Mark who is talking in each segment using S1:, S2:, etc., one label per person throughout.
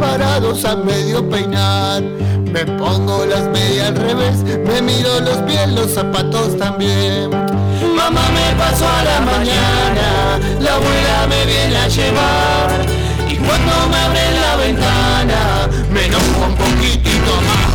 S1: parados a medio peinar. Me pongo las medias al revés, me miro los pies, los zapatos también. Mamá me pasó a la mañana, la abuela me viene a llevar. Y cuando me abren la ventana, me enojo un poquitito más.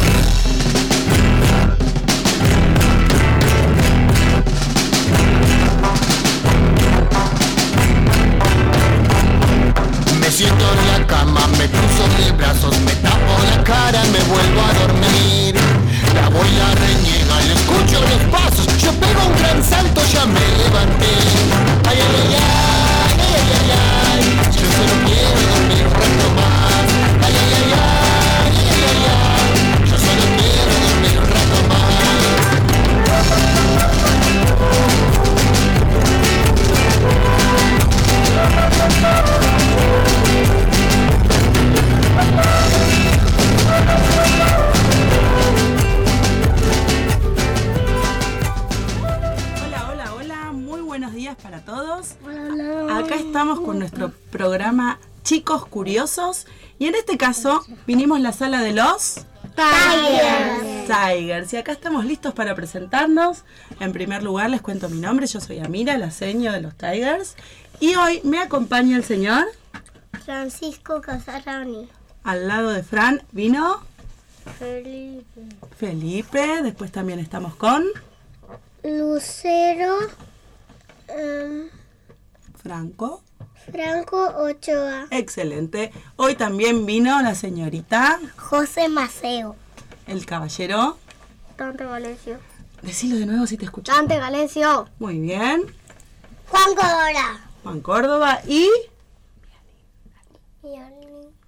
S1: Me siento en la cama, me cruzo de brazos, me tapo la cara, me vuelvo a dormir. La abuela reniega, le escucho los pasos, yo pego un gran salto, ya me levanté. Ay, ay, ay, ay, ay, ay, ay, yo solo quiero dormir un rato más. Ay, ay, ay, ay, ay, ay, ay, yo solo quiero dormir un rato más.
S2: Hola, hola, hola, muy buenos días para todos. Acá estamos con nuestro programa Chicos Curiosos y en este caso vinimos a la sala de los Tigers. Tigers y acá estamos listos para presentarnos. En primer lugar les cuento mi nombre, yo soy Amira, la seño de los Tigers y hoy me acompaña el señor.
S3: Francisco Casarani.
S2: Al lado de Fran vino
S3: Felipe.
S2: Felipe, después también estamos con
S3: Lucero. em,
S2: Franco.
S3: Franco Ochoa.
S2: Excelente. Hoy también vino la señorita,
S3: José Maceo.
S2: el caballero.
S3: Dante Valencio.
S2: Decilo de nuevo si te escucho.
S3: Dante Valencio.
S2: Muy bien.
S3: Juan Codora.
S2: Juan Córdoba y
S3: Y Arlene.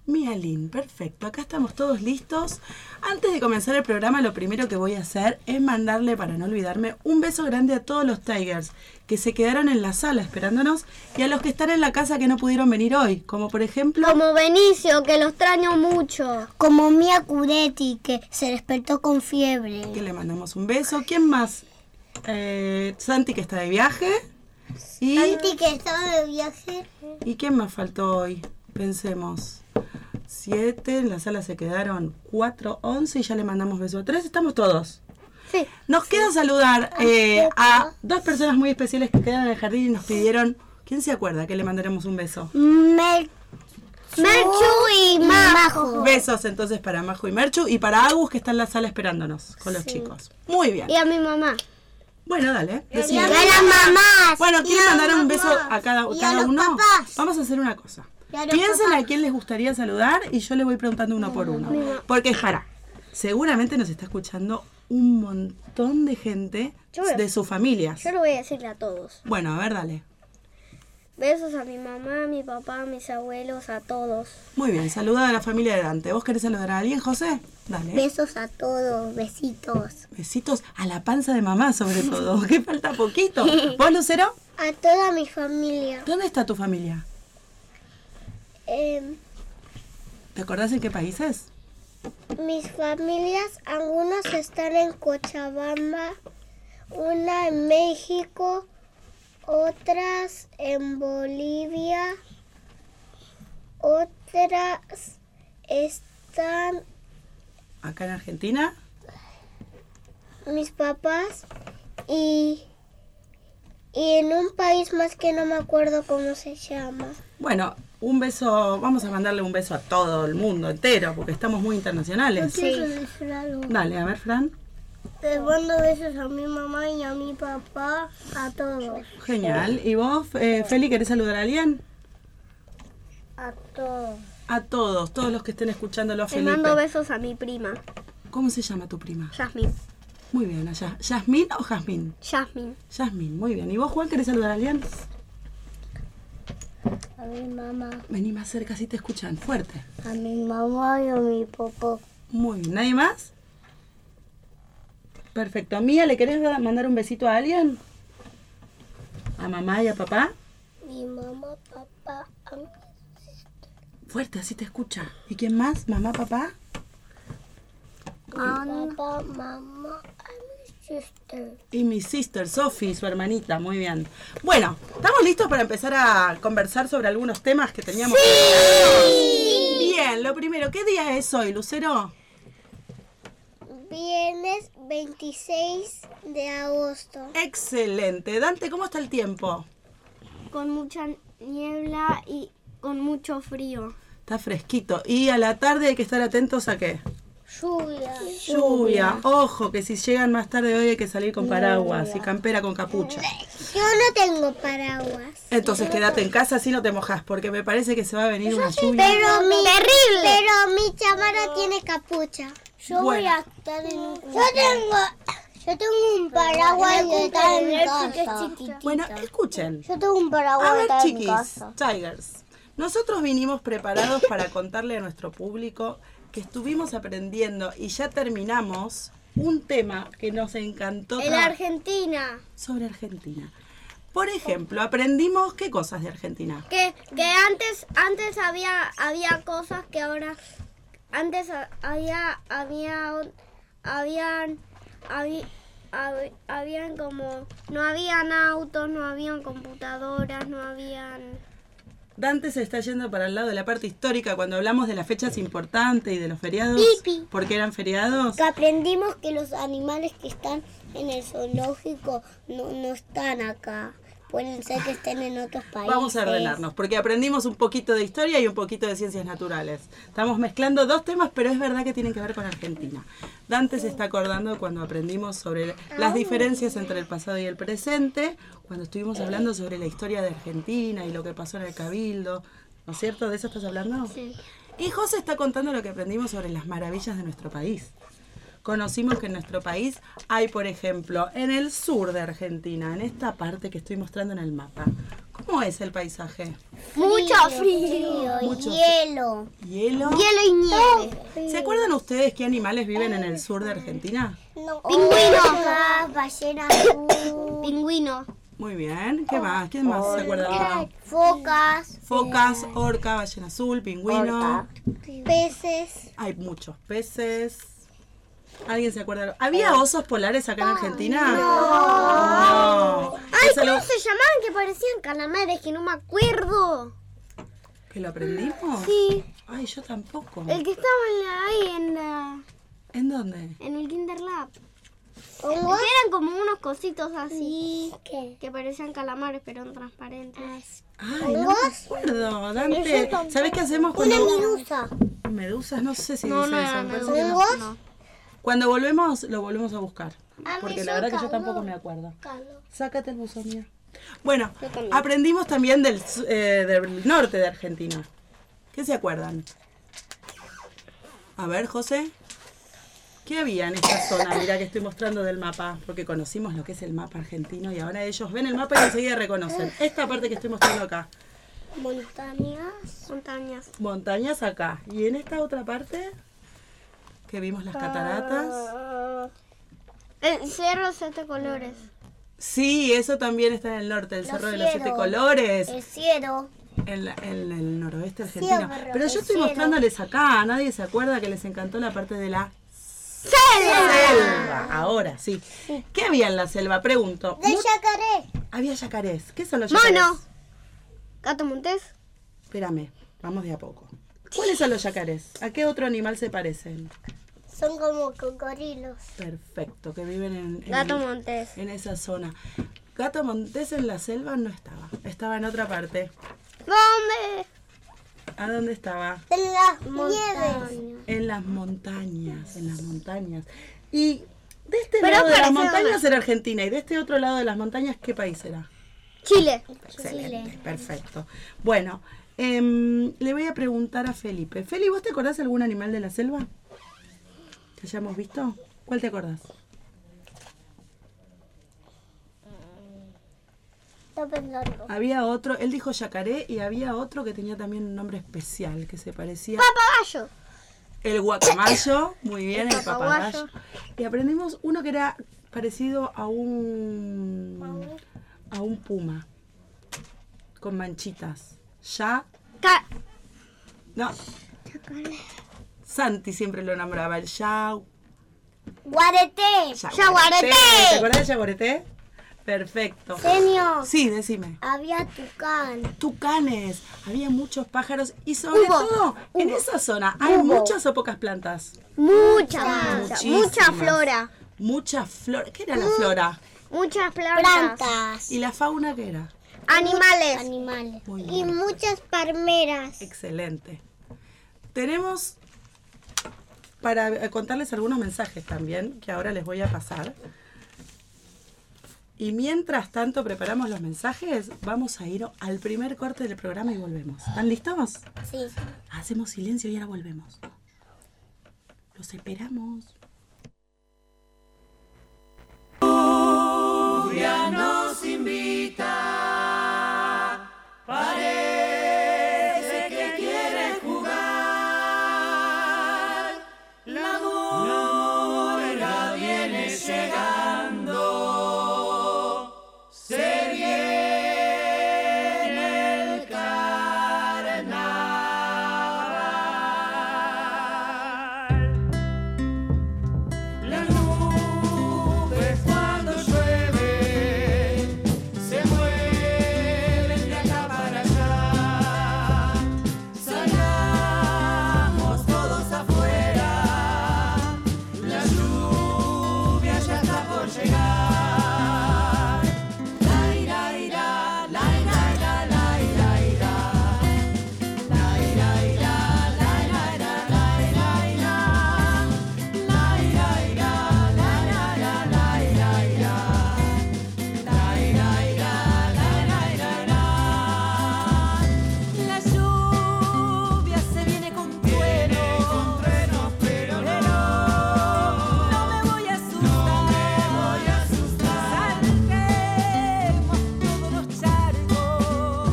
S2: Mialín. Perfecto. Acá estamos todos listos. Antes de comenzar el programa, lo primero que voy a hacer es mandarle, para no olvidarme, un beso grande a todos los Tigers que se quedaron en la sala esperándonos y a los que están en la casa que no pudieron venir hoy. Como por ejemplo,
S3: Como Benicio, que lo extraño mucho. Como Mia Curetti, que se despertó con fiebre.
S2: que le mandamos un beso. ¿Quién más? Eh, Santi que está de viaje. Y...
S3: que estaba de viaje.
S2: ¿Y quién más faltó hoy? Pensemos. Siete, en la sala se quedaron cuatro, once y ya le mandamos beso a tres. Estamos todos.
S3: Sí.
S2: Nos queda saludar eh, a dos personas muy especiales que quedan en el jardín y nos pidieron. ¿Quién se acuerda que le mandaremos un beso?
S3: Mer Merchu y Majo.
S2: Besos entonces para Majo y Merchu y para Agus que está en la sala esperándonos con los chicos. Muy bien.
S3: a mi mamá.
S2: Bueno, dale.
S3: Y
S2: decime.
S3: a las mamás.
S2: Bueno,
S3: quiero
S2: ¿quieren mandar un beso a cada,
S3: y a
S2: cada
S3: los
S2: uno?
S3: papás.
S2: Vamos a hacer una cosa.
S3: Y a los
S2: Piensen a quién les gustaría saludar y yo les voy preguntando uno por uno. Porque es para. Seguramente nos está escuchando un montón de gente
S3: Yo voy a-
S2: de sus familias.
S3: Yo lo voy a decirle a todos.
S2: Bueno, a ver, dale.
S3: Besos a mi mamá, a mi papá, a mis abuelos, a todos.
S2: Muy bien, saluda a la familia de Dante. ¿Vos querés saludar a alguien, José? Dale.
S3: Besos a todos, besitos.
S2: Besitos a la panza de mamá, sobre todo, que falta poquito. ¿Vos, Lucero?
S3: A toda mi familia.
S2: ¿Dónde está tu familia?
S3: Em,
S2: ¿Te acordás en qué países?
S3: mis familias, algunos están en Cochabamba, una en México, otras en Bolivia, otras están
S2: Acá en Argentina.
S3: mis papás y, y en un país más que no me acuerdo cómo se llama.
S2: Bueno, un beso, vamos a mandarle un beso a todo el mundo entero, porque estamos muy internacionales.
S3: decir algo.
S2: Dale, a ver, Fran.
S3: Te mando besos a mi mamá y a mi papá, a todos.
S2: Genial. ¿Y vos, eh, Feli, querés saludar a alguien?
S3: A todos.
S2: A todos, todos los que estén escuchándolo a
S3: Te
S2: Felipe.
S3: mando besos a mi prima,
S2: ¿Cómo se llama tu prima?
S3: Jasmine.
S2: Muy bien, allá. ¿Yasmín o Jazmín?
S3: Jasmine.
S2: Yasmín, muy bien. ¿Y vos, Juan, querés saludar a alguien?
S3: A mi mamá,
S2: Vení más cerca si te escuchan. Fuerte.
S3: a mi mamá y a mi papá.
S2: Muy bien. ¿Nadie más? Perfecto. Mía, ¿le querés mandar un besito a alguien? ¿A mamá y a papá?
S3: Mi mamá, papá, a mi
S2: Fuerte, así te escucha. ¿Y quién más? ¿Mamá, papá?
S3: papá, mamá, a mi sister.
S2: Y mi sister, Sophie, su hermanita. Muy bien. Bueno, ¿estamos listos para empezar a conversar sobre algunos temas que teníamos? ¡Sí! Bien, lo primero, ¿qué día es hoy, Lucero?
S3: Viernes 26 de agosto.
S2: Excelente. Dante, ¿cómo está el tiempo?
S4: Con mucha niebla y con mucho frío.
S2: Está fresquito. Y a la tarde hay que estar atentos a qué?
S3: Lluvia.
S2: Lluvia. Ojo, que si llegan más tarde hoy hay que salir con paraguas y campera con capucha.
S3: Yo no tengo paraguas.
S2: Entonces quédate en casa así no te mojas, porque me parece que se va a venir una lluvia.
S3: Pero mi, terrible. Pero mi chamara tiene capucha.
S4: Yo voy
S2: Bueno.
S4: a estar en un
S3: Yo tengo, yo tengo un paraguas de tal en casa.
S2: Bueno, escuchen.
S3: Yo tengo un paraguas
S2: A
S3: de
S2: ver,
S3: tal en
S2: chiquis,
S3: casa.
S2: Tigers, nosotros vinimos preparados para contarle a nuestro público que estuvimos aprendiendo y ya terminamos un tema que nos encantó
S4: En
S2: trabajar
S4: Argentina.
S2: sobre Argentina. Por ejemplo, aprendimos qué cosas de Argentina.
S4: Que, que antes antes había había cosas que ahora antes ha- había había o- habían habi- habi- habían como no habían autos, no habían computadoras, no habían
S2: Dante se está yendo para el lado de la parte histórica cuando hablamos de las fechas importantes y de los feriados.
S3: Pipi.
S2: Porque eran feriados.
S3: Que aprendimos que los animales que están en el zoológico no, no están acá. Pueden ser que estén en otros países.
S2: Vamos a ordenarnos, porque aprendimos un poquito de historia y un poquito de ciencias naturales. Estamos mezclando dos temas, pero es verdad que tienen que ver con Argentina. Dante se está acordando cuando aprendimos sobre las diferencias entre el pasado y el presente, cuando estuvimos hablando sobre la historia de Argentina y lo que pasó en el Cabildo. ¿No es cierto? ¿De eso estás hablando? Sí. Y José está contando lo que aprendimos sobre las maravillas de nuestro país. Conocimos que en nuestro país hay, por ejemplo, en el sur de Argentina, en esta parte que estoy mostrando en el mapa, ¿cómo es el paisaje?
S3: Mucho frío,
S2: Mucho
S3: hielo.
S2: ¿Hielo?
S3: Hielo y nieve.
S2: ¿Se acuerdan ustedes qué animales viven en el sur de Argentina?
S3: Pingüinos. Ballenas azul.
S4: pingüinos.
S2: Muy bien, ¿qué más? ¿Quién más se acuerda?
S3: Focas.
S2: Focas, orca, ballena azul, pingüino.
S3: Peces.
S2: Hay muchos peces. ¿Alguien se acuerda? ¿Había osos polares acá en Argentina? No.
S4: Ay,
S2: Eso
S4: ¿cómo
S2: lo-
S4: se llamaban? Que parecían calamares, que no me acuerdo.
S2: ¿Que lo aprendimos?
S4: Sí,
S2: Ay, yo tampoco.
S4: el que estaba en la- ahí en, la-
S2: ¿En dónde?
S4: en el Kinderlab. Que eran como unos cositos así que parecían calamares, pero eran transparentes.
S2: Ay, no me acuerdo, Dante. ¿Sabes qué hacemos
S3: Una
S2: cuando...
S3: minusa.
S2: Medusas, no sé si
S4: No,
S2: dice
S4: no
S2: eso.
S4: eran
S2: me parece que no.
S4: medusas. no.
S2: Cuando volvemos, lo volvemos a buscar. Porque la verdad que yo tampoco me acuerdo. Sácate el buzón, mía. Bueno, aprendimos también del, su- eh, del norte de Argentina. ¿Qué se acuerdan? A ver, José. ¿Qué había en esta zona? Mira que estoy mostrando del mapa, porque conocimos lo que es el mapa argentino y ahora ellos ven el mapa y enseguida reconocen. Esta parte que estoy mostrando acá.
S4: Montañas. Montañas.
S2: Montañas acá. Y en esta otra parte, que vimos las cataratas.
S4: El cerro de Eh, siete colores.
S2: Sí, eso también está en el norte, el Cerro de los Siete Colores,
S3: El cielo.
S2: en, la- en el noroeste argentino.
S3: pero
S2: Pero yo
S3: el
S2: estoy
S3: cielo.
S2: mostrándoles acá, nadie se acuerda que les encantó la parte de la selva. Ahora sí. ¿Qué había en la selva? Pregunto.
S3: De
S2: Mu-
S3: yacaré.
S2: Había yacarés. ¿Qué son los
S4: Mono.
S2: yacarés?
S4: Gato Montés.
S2: Espérame, vamos de a poco. ¿Cuáles son los yacarés? ¿A qué otro animal se parecen?
S3: Son como cocodrilos.
S2: Perfecto, que viven en, en-
S4: Gato Montés.
S2: en esa zona. Gato Montés en la selva no estaba, estaba en otra parte.
S4: ¿Dónde?
S2: ¿A dónde estaba?
S3: En las nieves.
S2: En las montañas, en las montañas. Y de este
S4: Pero
S2: lado de las
S4: parece
S2: montañas era Argentina y de este otro lado de las montañas, ¿qué país era?
S4: Chile.
S2: Excelente, perfecto. Bueno, em, le voy a preguntar a Felipe. Feli, ¿vos te acordás de algún animal de la selva? ¿Que hayamos visto? ¿Cuál te acordás?
S3: Está pensando.
S2: Había otro, él dijo yacaré y había otro que tenía también un nombre especial que se parecía...
S4: Papagayo.
S2: El guacamayo, muy bien, el,
S4: El
S2: papagayo.
S4: papagayo.
S2: Y aprendimos uno que era parecido a un a un puma con manchitas. Ya,
S4: Ca-
S2: no. Santi siempre lo nombraba el ya,
S3: Guarete.
S2: yaguareté.
S4: Yaguareté.
S2: ¿Te acordás de yaguareté? Perfecto.
S3: Genio,
S2: Sí, decime.
S3: había tucán.
S2: Tucanes, había muchos pájaros y sobre
S5: Hubo,
S2: todo en esa zona hay muchas o pocas plantas.
S5: Mucha, mucha,
S2: Muchísimas.
S5: mucha flora.
S2: Mucha flora. ¿Qué era la flora?
S5: Muchas plantas.
S3: Plantas.
S2: ¿Y la fauna qué era?
S5: Animales.
S3: Animales.
S2: Muy
S3: Y
S2: bien.
S3: muchas palmeras.
S2: Excelente. Tenemos para eh, contarles algunos mensajes también que ahora les voy a pasar. Y mientras tanto preparamos los mensajes, vamos a ir al primer corte del programa y volvemos. ¿Están listos?
S3: Sí.
S2: Hacemos silencio y ahora volvemos. Los esperamos.
S6: Las nubes cuando llueve se mueven de acá para allá. Salgamos todos afuera. La lluvia ya está por llegar. La ira, ira, la ira, ira, la ira, ira. La ira, ira, la ira, ira, la ira, ira. La lluvia se viene con truenos, pero no me voy a asustar. Salgemos todos los charcos,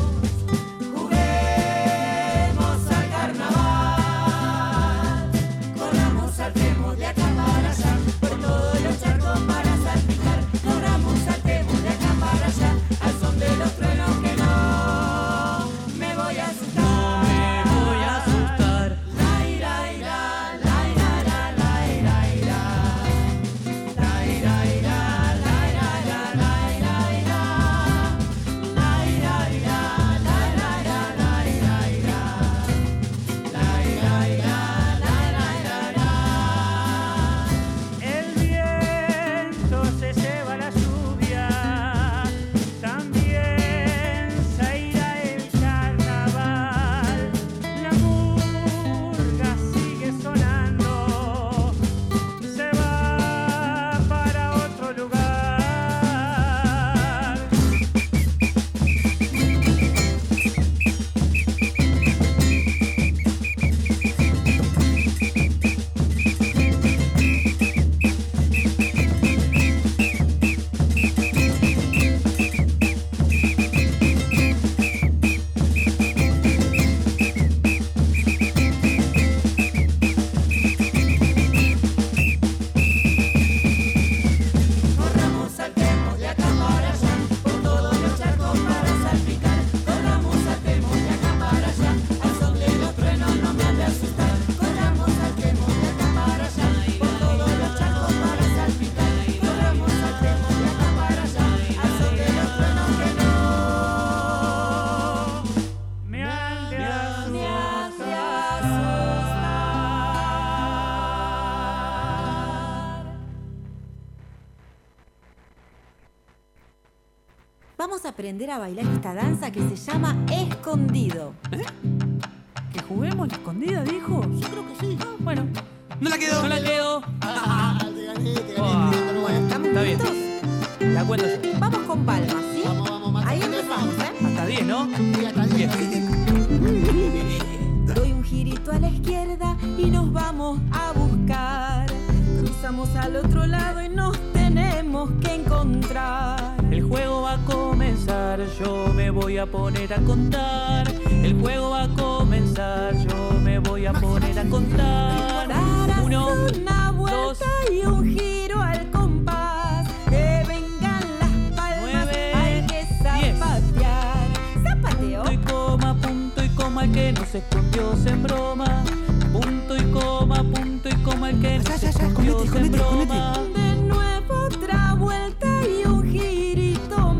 S6: juguemos al carnaval. Corramos, saltemos de acá para allá, por todos los charcos para salpicar. Corramos, saltemos de acá para allá, al son de los truenos que no me voy a asustar. No me voy a asustar. La ira, ira, la ira, ira, la ira, ira. La ira, ira, la ira, ira, la ira, ira. La ira, ira, la ira, ira, la ira, ira. La ira, ira, la ira, ira,
S7: El viento se lleva la lluvia, también se irá el carnaval. La murga sigue sonando, se va para otro lugar.
S6: Corramos, saltemos de acá para allá, por todos los charcos para salpicar. Corramos, saltemos de acá para allá, al son de los truenos no me han de asustar. Corramos, saltemos de acá para allá, por todos los charcos para salpicar. Corramos, saltemos de acá para allá, al son de los truenos que no
S7: Me han de
S6: me
S7: asustar.
S6: han de asustar.
S8: Vamos a aprender a bailar esta danza que se llama escondido.
S9: ¿Eh? ¿Que juguemos la escondida, dijo? Yo creo que sí. Bueno,
S6: No la quedó.
S9: no la quedo.
S1: Te gané, te
S9: Ah.
S1: gané, te gané.
S8: Bueno, ¿estamos
S9: Está bien.
S8: listos?
S9: La cuento yo.
S8: Vamos con palmas, ¿sí?
S1: Vamos, vamos, más
S8: Ahí
S1: o menos,
S8: empezamos, ¿eh?
S9: Hasta 10, ¿no?
S1: Sí, hasta diez,
S9: Bien.
S1: hasta diez.
S8: Doy un girito a la izquierda y nos vamos a buscar. Cruzamos al otro lado y nos tenemos que encontrar.
S9: El juego va a comenzar, yo me voy a poner a contar. El juego va a comenzar, yo me voy a poner a contar.
S8: Darás
S9: Uno,
S8: una
S9: dos,
S8: vuelta y un giro al compás. Que vengan las palmas,
S9: Nueve,
S8: hay que
S9: diez.
S8: zapatear. Zapateo.
S9: punto y coma, punto y coma, el que no se escondió se en broma. Punto y coma, punto y coma, el que no se escondió se en broma.
S8: De nuevo otra vuelta y un girito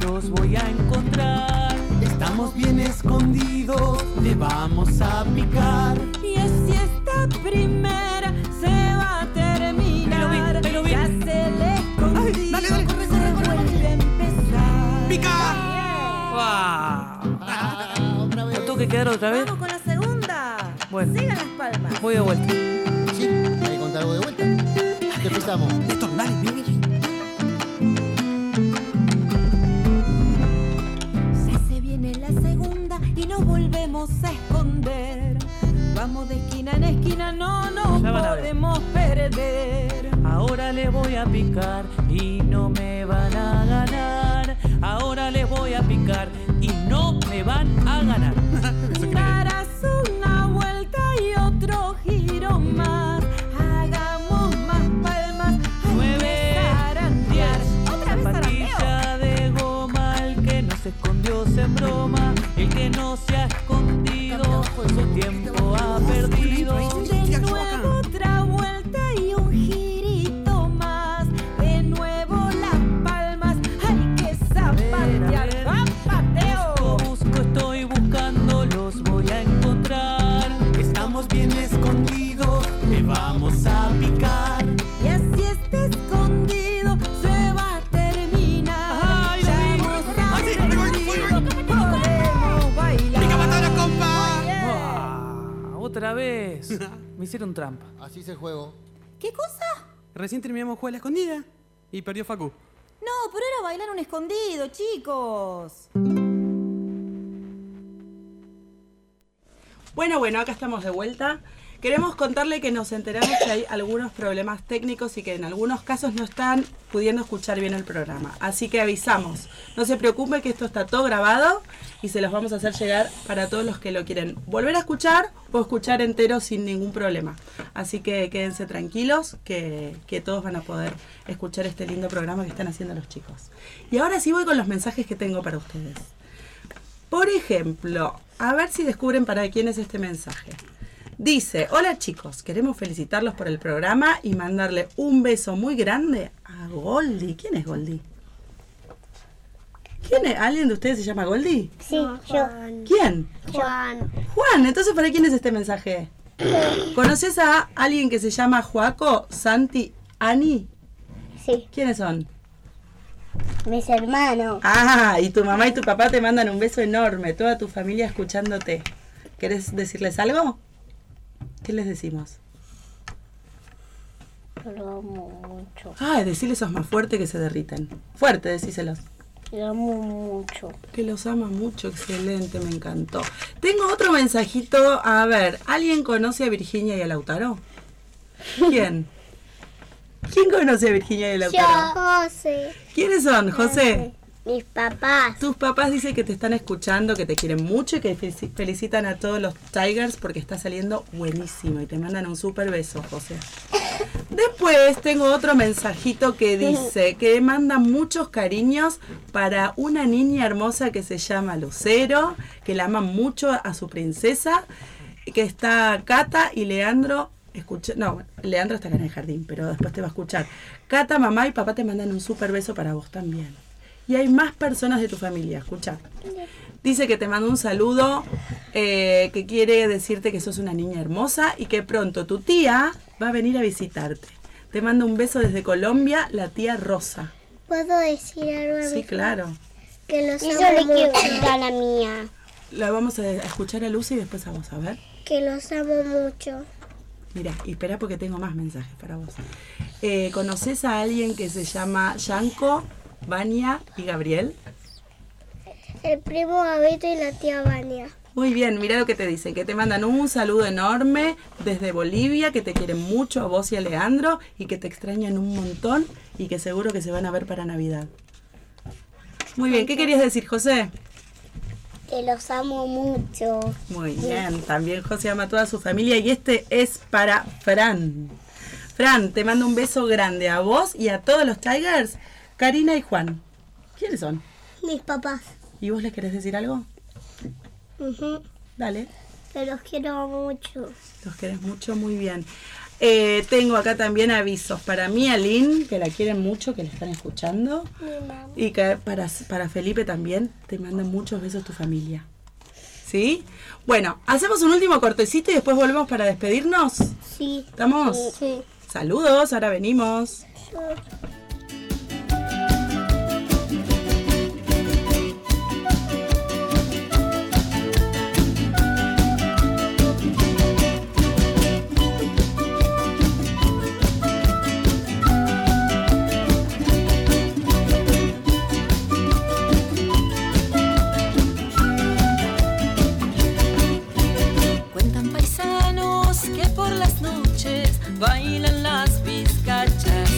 S9: yo los voy a encontrar.
S10: Estamos bien escondidos, le vamos a picar.
S6: Y si esta primera se va a terminar,
S9: Pero vi, pero vi.
S6: ya se le
S10: Ay, dale, dale, corre, corre,
S6: se vuelve a empezar.
S10: ¡Pica!
S9: ¡Wow!
S1: Ah, otra vez.
S9: ¿Lo tengo que quedar otra vez?
S6: Vamos con la segunda.
S9: Bueno.
S6: Sigan las palmas.
S9: Voy de vuelta.
S1: Sí, hay que contar algo de vuelta. Empezamos.
S10: Néstor, dale, viene, viene.
S6: Ya se viene la segunda y nos volvemos a esconder. Vamos de esquina en esquina, no nos
S9: Ya van a ver.
S6: podemos perder.
S9: Ahora les voy a picar y no me van a ganar. Ahora les voy a picar y no me van a ganar.
S6: Darás una vuelta y otro giro más. Hagamos más palmas. al
S9: Nueve,
S6: empezar a andar. Otra vez zarandeo.
S9: Zapatilla de goma, el que no se escondió se broma. El que no se ha escondido, su tiempo ha perdido.
S6: De nuevo otra vuelta y un girito más. De nuevo las palmas. Hay que zapatear.
S9: ver.
S6: Zapateo.
S9: Busco, busco, estoy buscando, los voy a encontrar.
S10: Estamos bien escondidos, le vamos a picar.
S6: Y así está escondido, se va a terminar.
S9: Ay,
S6: Ya
S9: sí.
S6: hemos
S10: Así, voy, voy, voy, voy.
S6: aprendido, podemos bailar.
S10: ¡Pica, patana, compa!
S9: Ah, Otra vez. Me hicieron trampa.
S1: Así es el juego.
S6: ¿Qué cosa?
S11: Recién terminamos juego de la escondida y perdió Facu.
S6: No, pero era bailar un escondido, chicos.
S2: Bueno, bueno, acá estamos de vuelta. Queremos contarle que nos enteramos que hay algunos problemas técnicos y que en algunos casos no están pudiendo escuchar bien el programa. Así que avisamos. No se preocupe que esto está todo grabado y se los vamos a hacer llegar para todos los que lo quieren volver a escuchar o escuchar entero sin ningún problema. Así que quédense tranquilos que, que todos van a poder escuchar este lindo programa que están haciendo los chicos. Y ahora sí voy con los mensajes que tengo para ustedes. Por ejemplo, a ver si descubren para quién es este mensaje. Dice, hola chicos, queremos felicitarlos por el programa y mandarle un beso muy grande a Goldie. ¿Quién es Goldie? ¿Quién es? ¿Alguien de ustedes se llama Goldie?
S3: Sí, yo.
S2: ¿Quién?
S3: Juan.
S2: Juan, entonces para quién es este mensaje? ¿Conoces a alguien que se llama Joaco, Santi, Ani?
S3: Sí,
S2: ¿Quiénes son?
S3: mis hermanos.
S2: Ah, y tu mamá y tu papá te mandan un beso enorme, toda tu familia escuchándote. ¿Querés decirles algo? ¿Qué les decimos?
S3: Lo amo mucho.
S2: Ah, decirles sos más fuerte que se derriten. Fuerte, decíselos.
S3: Lo amo mucho.
S2: Que los ama mucho, excelente, me encantó. Tengo otro mensajito, a ver, ¿alguien conoce a Virginia y a Lautaro? ¿Quién? ¿Quién conoce a Virginia y a Lautaro?
S3: José.
S2: ¿Quiénes son, José?
S3: Mis papás.
S2: Tus papás dicen que te están escuchando, que te quieren mucho y que felici- felicitan a todos los Tigers porque está saliendo buenísimo y te mandan un súper beso, José. Después tengo otro mensajito que dice que manda muchos cariños para una niña hermosa que se llama Lucero, que la ama mucho a su princesa, que está Cata y Leandro. Escucha, no, Leandro está acá en el jardín, pero después te va a escuchar. Cata, mamá y papá te mandan un súper beso para vos también. Y hay más personas de tu familia, escucha. Dice que te manda un saludo, eh, que quiere decirte que sos una niña hermosa y que pronto tu tía va a venir a visitarte. Te manda un beso desde Colombia, la tía Rosa.
S3: ¿Puedo decir algo? a
S2: Sí,
S3: mi-
S2: claro.
S3: Que los amo mucho.
S4: la mía.
S2: La vamos a escuchar a Lucy y después a vos, a ver.
S3: Que los amo mucho.
S2: Mira, y espera porque tengo más mensajes para vos. Eh, ¿Conoces a alguien que se llama Yanko, Vania y Gabriel?
S3: El primo Abito y la tía Vania.
S2: Muy bien, mira lo que te dicen, que te mandan un saludo enorme desde Bolivia, que te quieren mucho a vos y a Leandro y que te extrañan un montón y que seguro que se van a ver para Navidad. Muy bien, ¿qué querías decir, José?
S3: Que los amo mucho.
S2: Muy bien, también José ama a toda su familia y este es para Fran. Fran, te mando un beso grande a vos y a todos los Tigers, Karina y Juan. ¿Quiénes son?
S3: Mis papás.
S2: ¿Y vos les querés decir algo? Dale.
S3: Que los quiero mucho.
S2: Los querés mucho, muy bien. Eh, tengo acá también avisos para mí, Aline, que la quieren mucho, que la están escuchando.
S3: Mi mamá.
S2: Y que para, para Felipe también te mandan muchos besos tu familia. ¿Sí? Bueno, hacemos un último cortecito y después volvemos para despedirnos.
S3: Sí.
S2: ¿Estamos?
S3: Sí.
S2: Saludos, ahora venimos.
S6: Cuentan paisanos que por las noches bailan las vizcachas.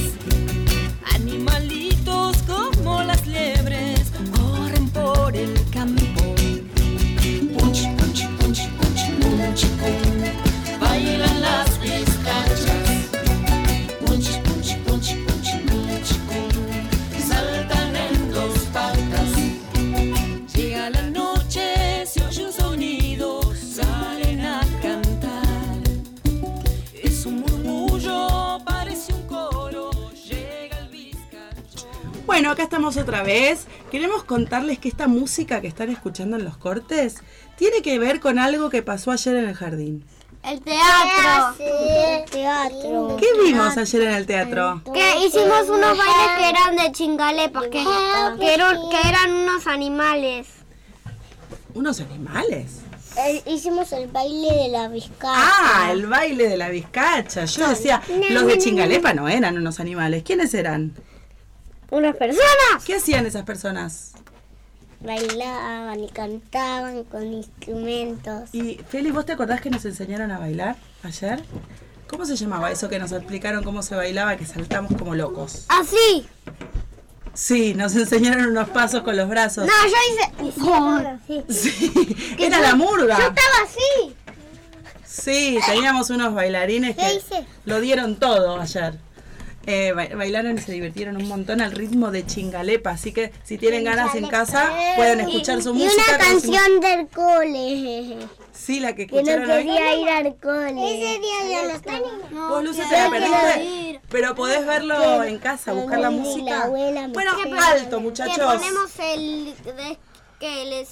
S6: Animalitos como las liebres corren por el campo. Punch, punch, punch, punch, punch, punch. Bailan las vizcachas. Punch, punch, punch, punch, punch, punch. Saltan en dos patas. Llega la noche, se oye un sonido, salen a cantar. Es un murmullo, parece un coro, llega el
S2: Bueno, acá estamos otra vez. Queremos contarles que esta música que están escuchando en los cortes tiene que ver con algo que pasó ayer en el jardín.
S4: El teatro.
S3: Teatro.
S2: ¿Qué vimos ayer en el teatro?
S4: Que hicimos unos bailes que eran de chingalepas, que, que, eran, que eran unos animales.
S2: Unos animales.
S3: Eh, hicimos el baile de la vizcacha.
S2: Ah, el baile de la vizcacha. Yo decía, los de Chingalepa no eran unos animales. ¿Quiénes eran?
S4: Unas personas.
S2: ¿Qué hacían esas personas?
S3: Bailaban y cantaban con instrumentos.
S2: Y Feli, ¿vos te acordás que nos enseñaron a bailar ayer? ¿Cómo se llamaba eso que nos explicaron cómo se bailaba, que saltamos como locos?
S4: Así.
S2: Sí, nos enseñaron unos pasos con los brazos.
S4: No, yo hice.
S2: Sí, era la murga.
S4: Yo estaba así.
S2: Sí, teníamos unos bailarines
S4: ¿Qué
S2: que
S4: hice?
S2: lo dieron todo ayer. Eh, ba- bailaron y se divirtieron un montón al ritmo de chingalepa, así que si tienen ganas en casa pueden escuchar su
S3: Eh, Y
S2: música.
S3: una
S2: pero si-
S3: canción del cole.
S2: Sí, la que
S3: Que no
S2: escucharon hoy.
S3: quería ir al cole. Ese día yo no estaba.
S2: Vos, Luce, te la perdiste, pero podés verlo en casa, buscar la
S3: La
S2: música.
S3: abuela me
S2: Bueno,
S3: pega.
S2: alto,
S4: Que
S2: muchachos.
S4: ponemos el. de- que les.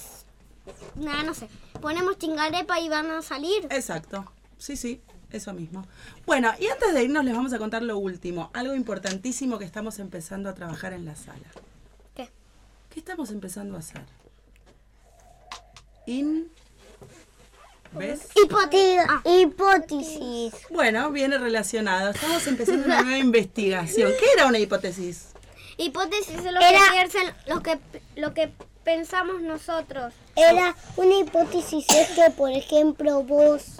S4: Nada, no sé. Ponemos chingalepa y van a salir.
S2: Exacto. Sí, sí, eso mismo. Bueno, y antes de irnos les vamos a contar lo último, algo importantísimo que estamos empezando a trabajar en la sala.
S4: ¿Qué?
S2: ¿Qué estamos empezando a hacer? In... ¿Ves?
S3: Hipótesis. Ah. Hipótesis.
S2: Bueno, viene relacionado. Estamos empezando una nueva investigación. ¿Qué era una hipótesis?
S4: Hipótesis es lo
S3: Era-
S4: que piensan- lo que lo que pensamos nosotros.
S3: Era una hipótesis es que, por ejemplo, vos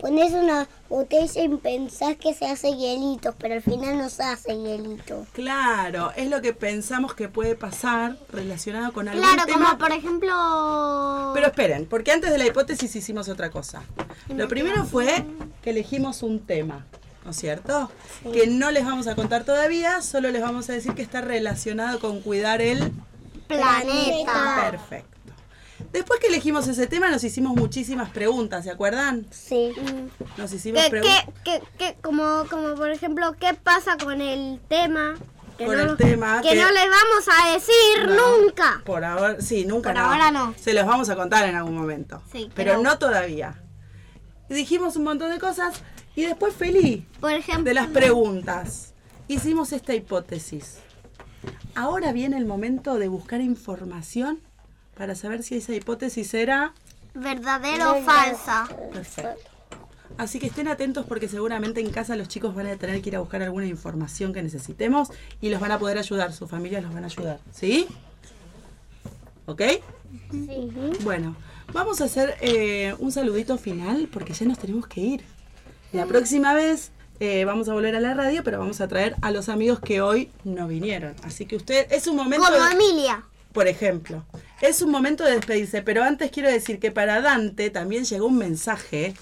S3: pones una botella y pensás que se hace hielitos, pero al final no se hace hielito.
S2: Claro, es lo que pensamos que puede pasar relacionado con algún
S4: Claro,
S2: tema
S4: como por ejemplo.
S2: Pero esperen, porque antes de la hipótesis hicimos otra cosa. Lo primero fue que elegimos un tema, ¿no es cierto? Que no les vamos a contar todavía, solo les vamos a decir que está relacionado con cuidar el
S4: planeta.
S2: perfecto. Después que elegimos ese tema nos hicimos muchísimas preguntas, ¿se acuerdan?
S3: Sí.
S2: Nos hicimos
S4: Que,
S2: preguntas
S4: que, que, que- como, como por ejemplo, ¿qué pasa con el tema? Que
S2: Con
S4: no-
S2: el tema
S4: Que,
S2: que-
S4: no les vamos a decir nunca.
S2: por ahora, sí, nunca
S4: Por ahora no.
S2: Se los vamos a contar en algún momento.
S4: Sí,
S2: pero,
S4: pero-
S2: no todavía. Y Dijimos un montón de cosas y después feliz.
S4: Por ejemplo,
S2: de las preguntas. Hicimos esta hipótesis. Ahora viene el momento de buscar información para saber si esa hipótesis era
S4: verdadero o falsa.
S2: perfecta. Así que estén atentos porque seguramente en casa los chicos van a tener que ir a buscar alguna información que necesitemos y los van a poder ayudar, sus familias los van a ayudar. ¿Sí? ¿Ok? Bueno, vamos a hacer eh, un saludito final porque ya nos tenemos que ir. La próxima vez eh, vamos a volver a la radio, pero vamos a traer a los amigos que hoy no vinieron. Así que usted es un momento,
S4: Como
S2: de-
S4: Emilia.
S2: por ejemplo, es un momento de despedirse, pero antes quiero decir que para Dante también llegó un mensaje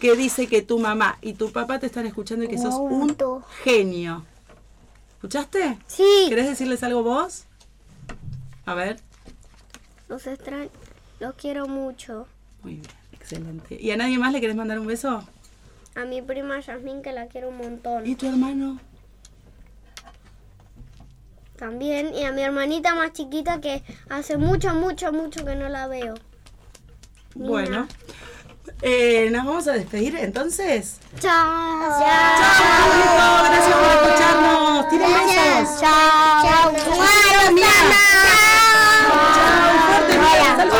S2: que dice que tu mamá y tu papá te están escuchando y que sos un
S3: Guau.
S2: genio. ¿Escuchaste?
S4: Sí.
S2: ¿Querés decirles algo vos? A ver.
S4: Los extraño. Los quiero mucho.
S2: Muy bien, excelente. ¿Y a nadie más le querés mandar un beso?
S3: a mi prima Yasmín, que la quiero un montón.
S2: ¿Y tu hermano?
S3: También. Y a mi hermanita más chiquita, que hace mucho, mucho, mucho que no la veo.
S2: Bueno. Eh, Nos vamos a despedir entonces.
S3: Chao.
S2: Chao, público. Gracias por escucharnos. Tiren besos.
S12: Chao. Chao.
S2: Hola, mía. Chao. Fuerte, mía.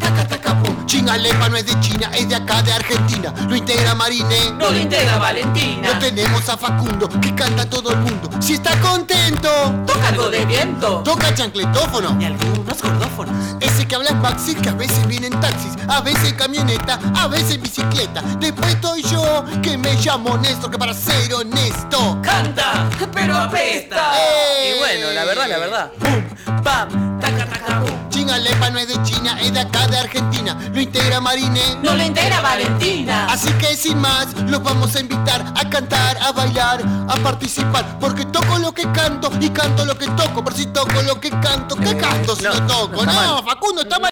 S1: Taca, taca, pum. China Lepa no es de China, es de acá de Argentina. Lo integra Marine.
S9: No lo integra Valentina.
S1: Lo tenemos a Facundo, que canta todo el mundo. Si está contento,
S9: Toca algo de viento.
S1: toca chancletófono.
S9: Y algunos gordófonos.
S1: Ese que habla en taxis, que a veces viene en taxis, a veces en camioneta, a veces en bicicleta. Después estoy yo, que me llamo Néstor, que para ser honesto.
S9: Canta, pero apesta.
S1: ¡Ey!
S9: Y bueno, la verdad, la verdad. Pum, pam, taca, taca, pum.
S1: China Lepa no es de China, es de acá de Argentina. Lo integra Marine.
S9: No lo integra Valentina.
S1: Así que sin más, los vamos a invitar a cantar, a bailar, a participar. Porque toco lo que canto y canto lo que toco. Por si toco lo que canto, ¿qué canto si no,
S9: Eh, no,
S1: toco?
S9: está
S1: No,
S9: mal.
S1: Facundo, está mal.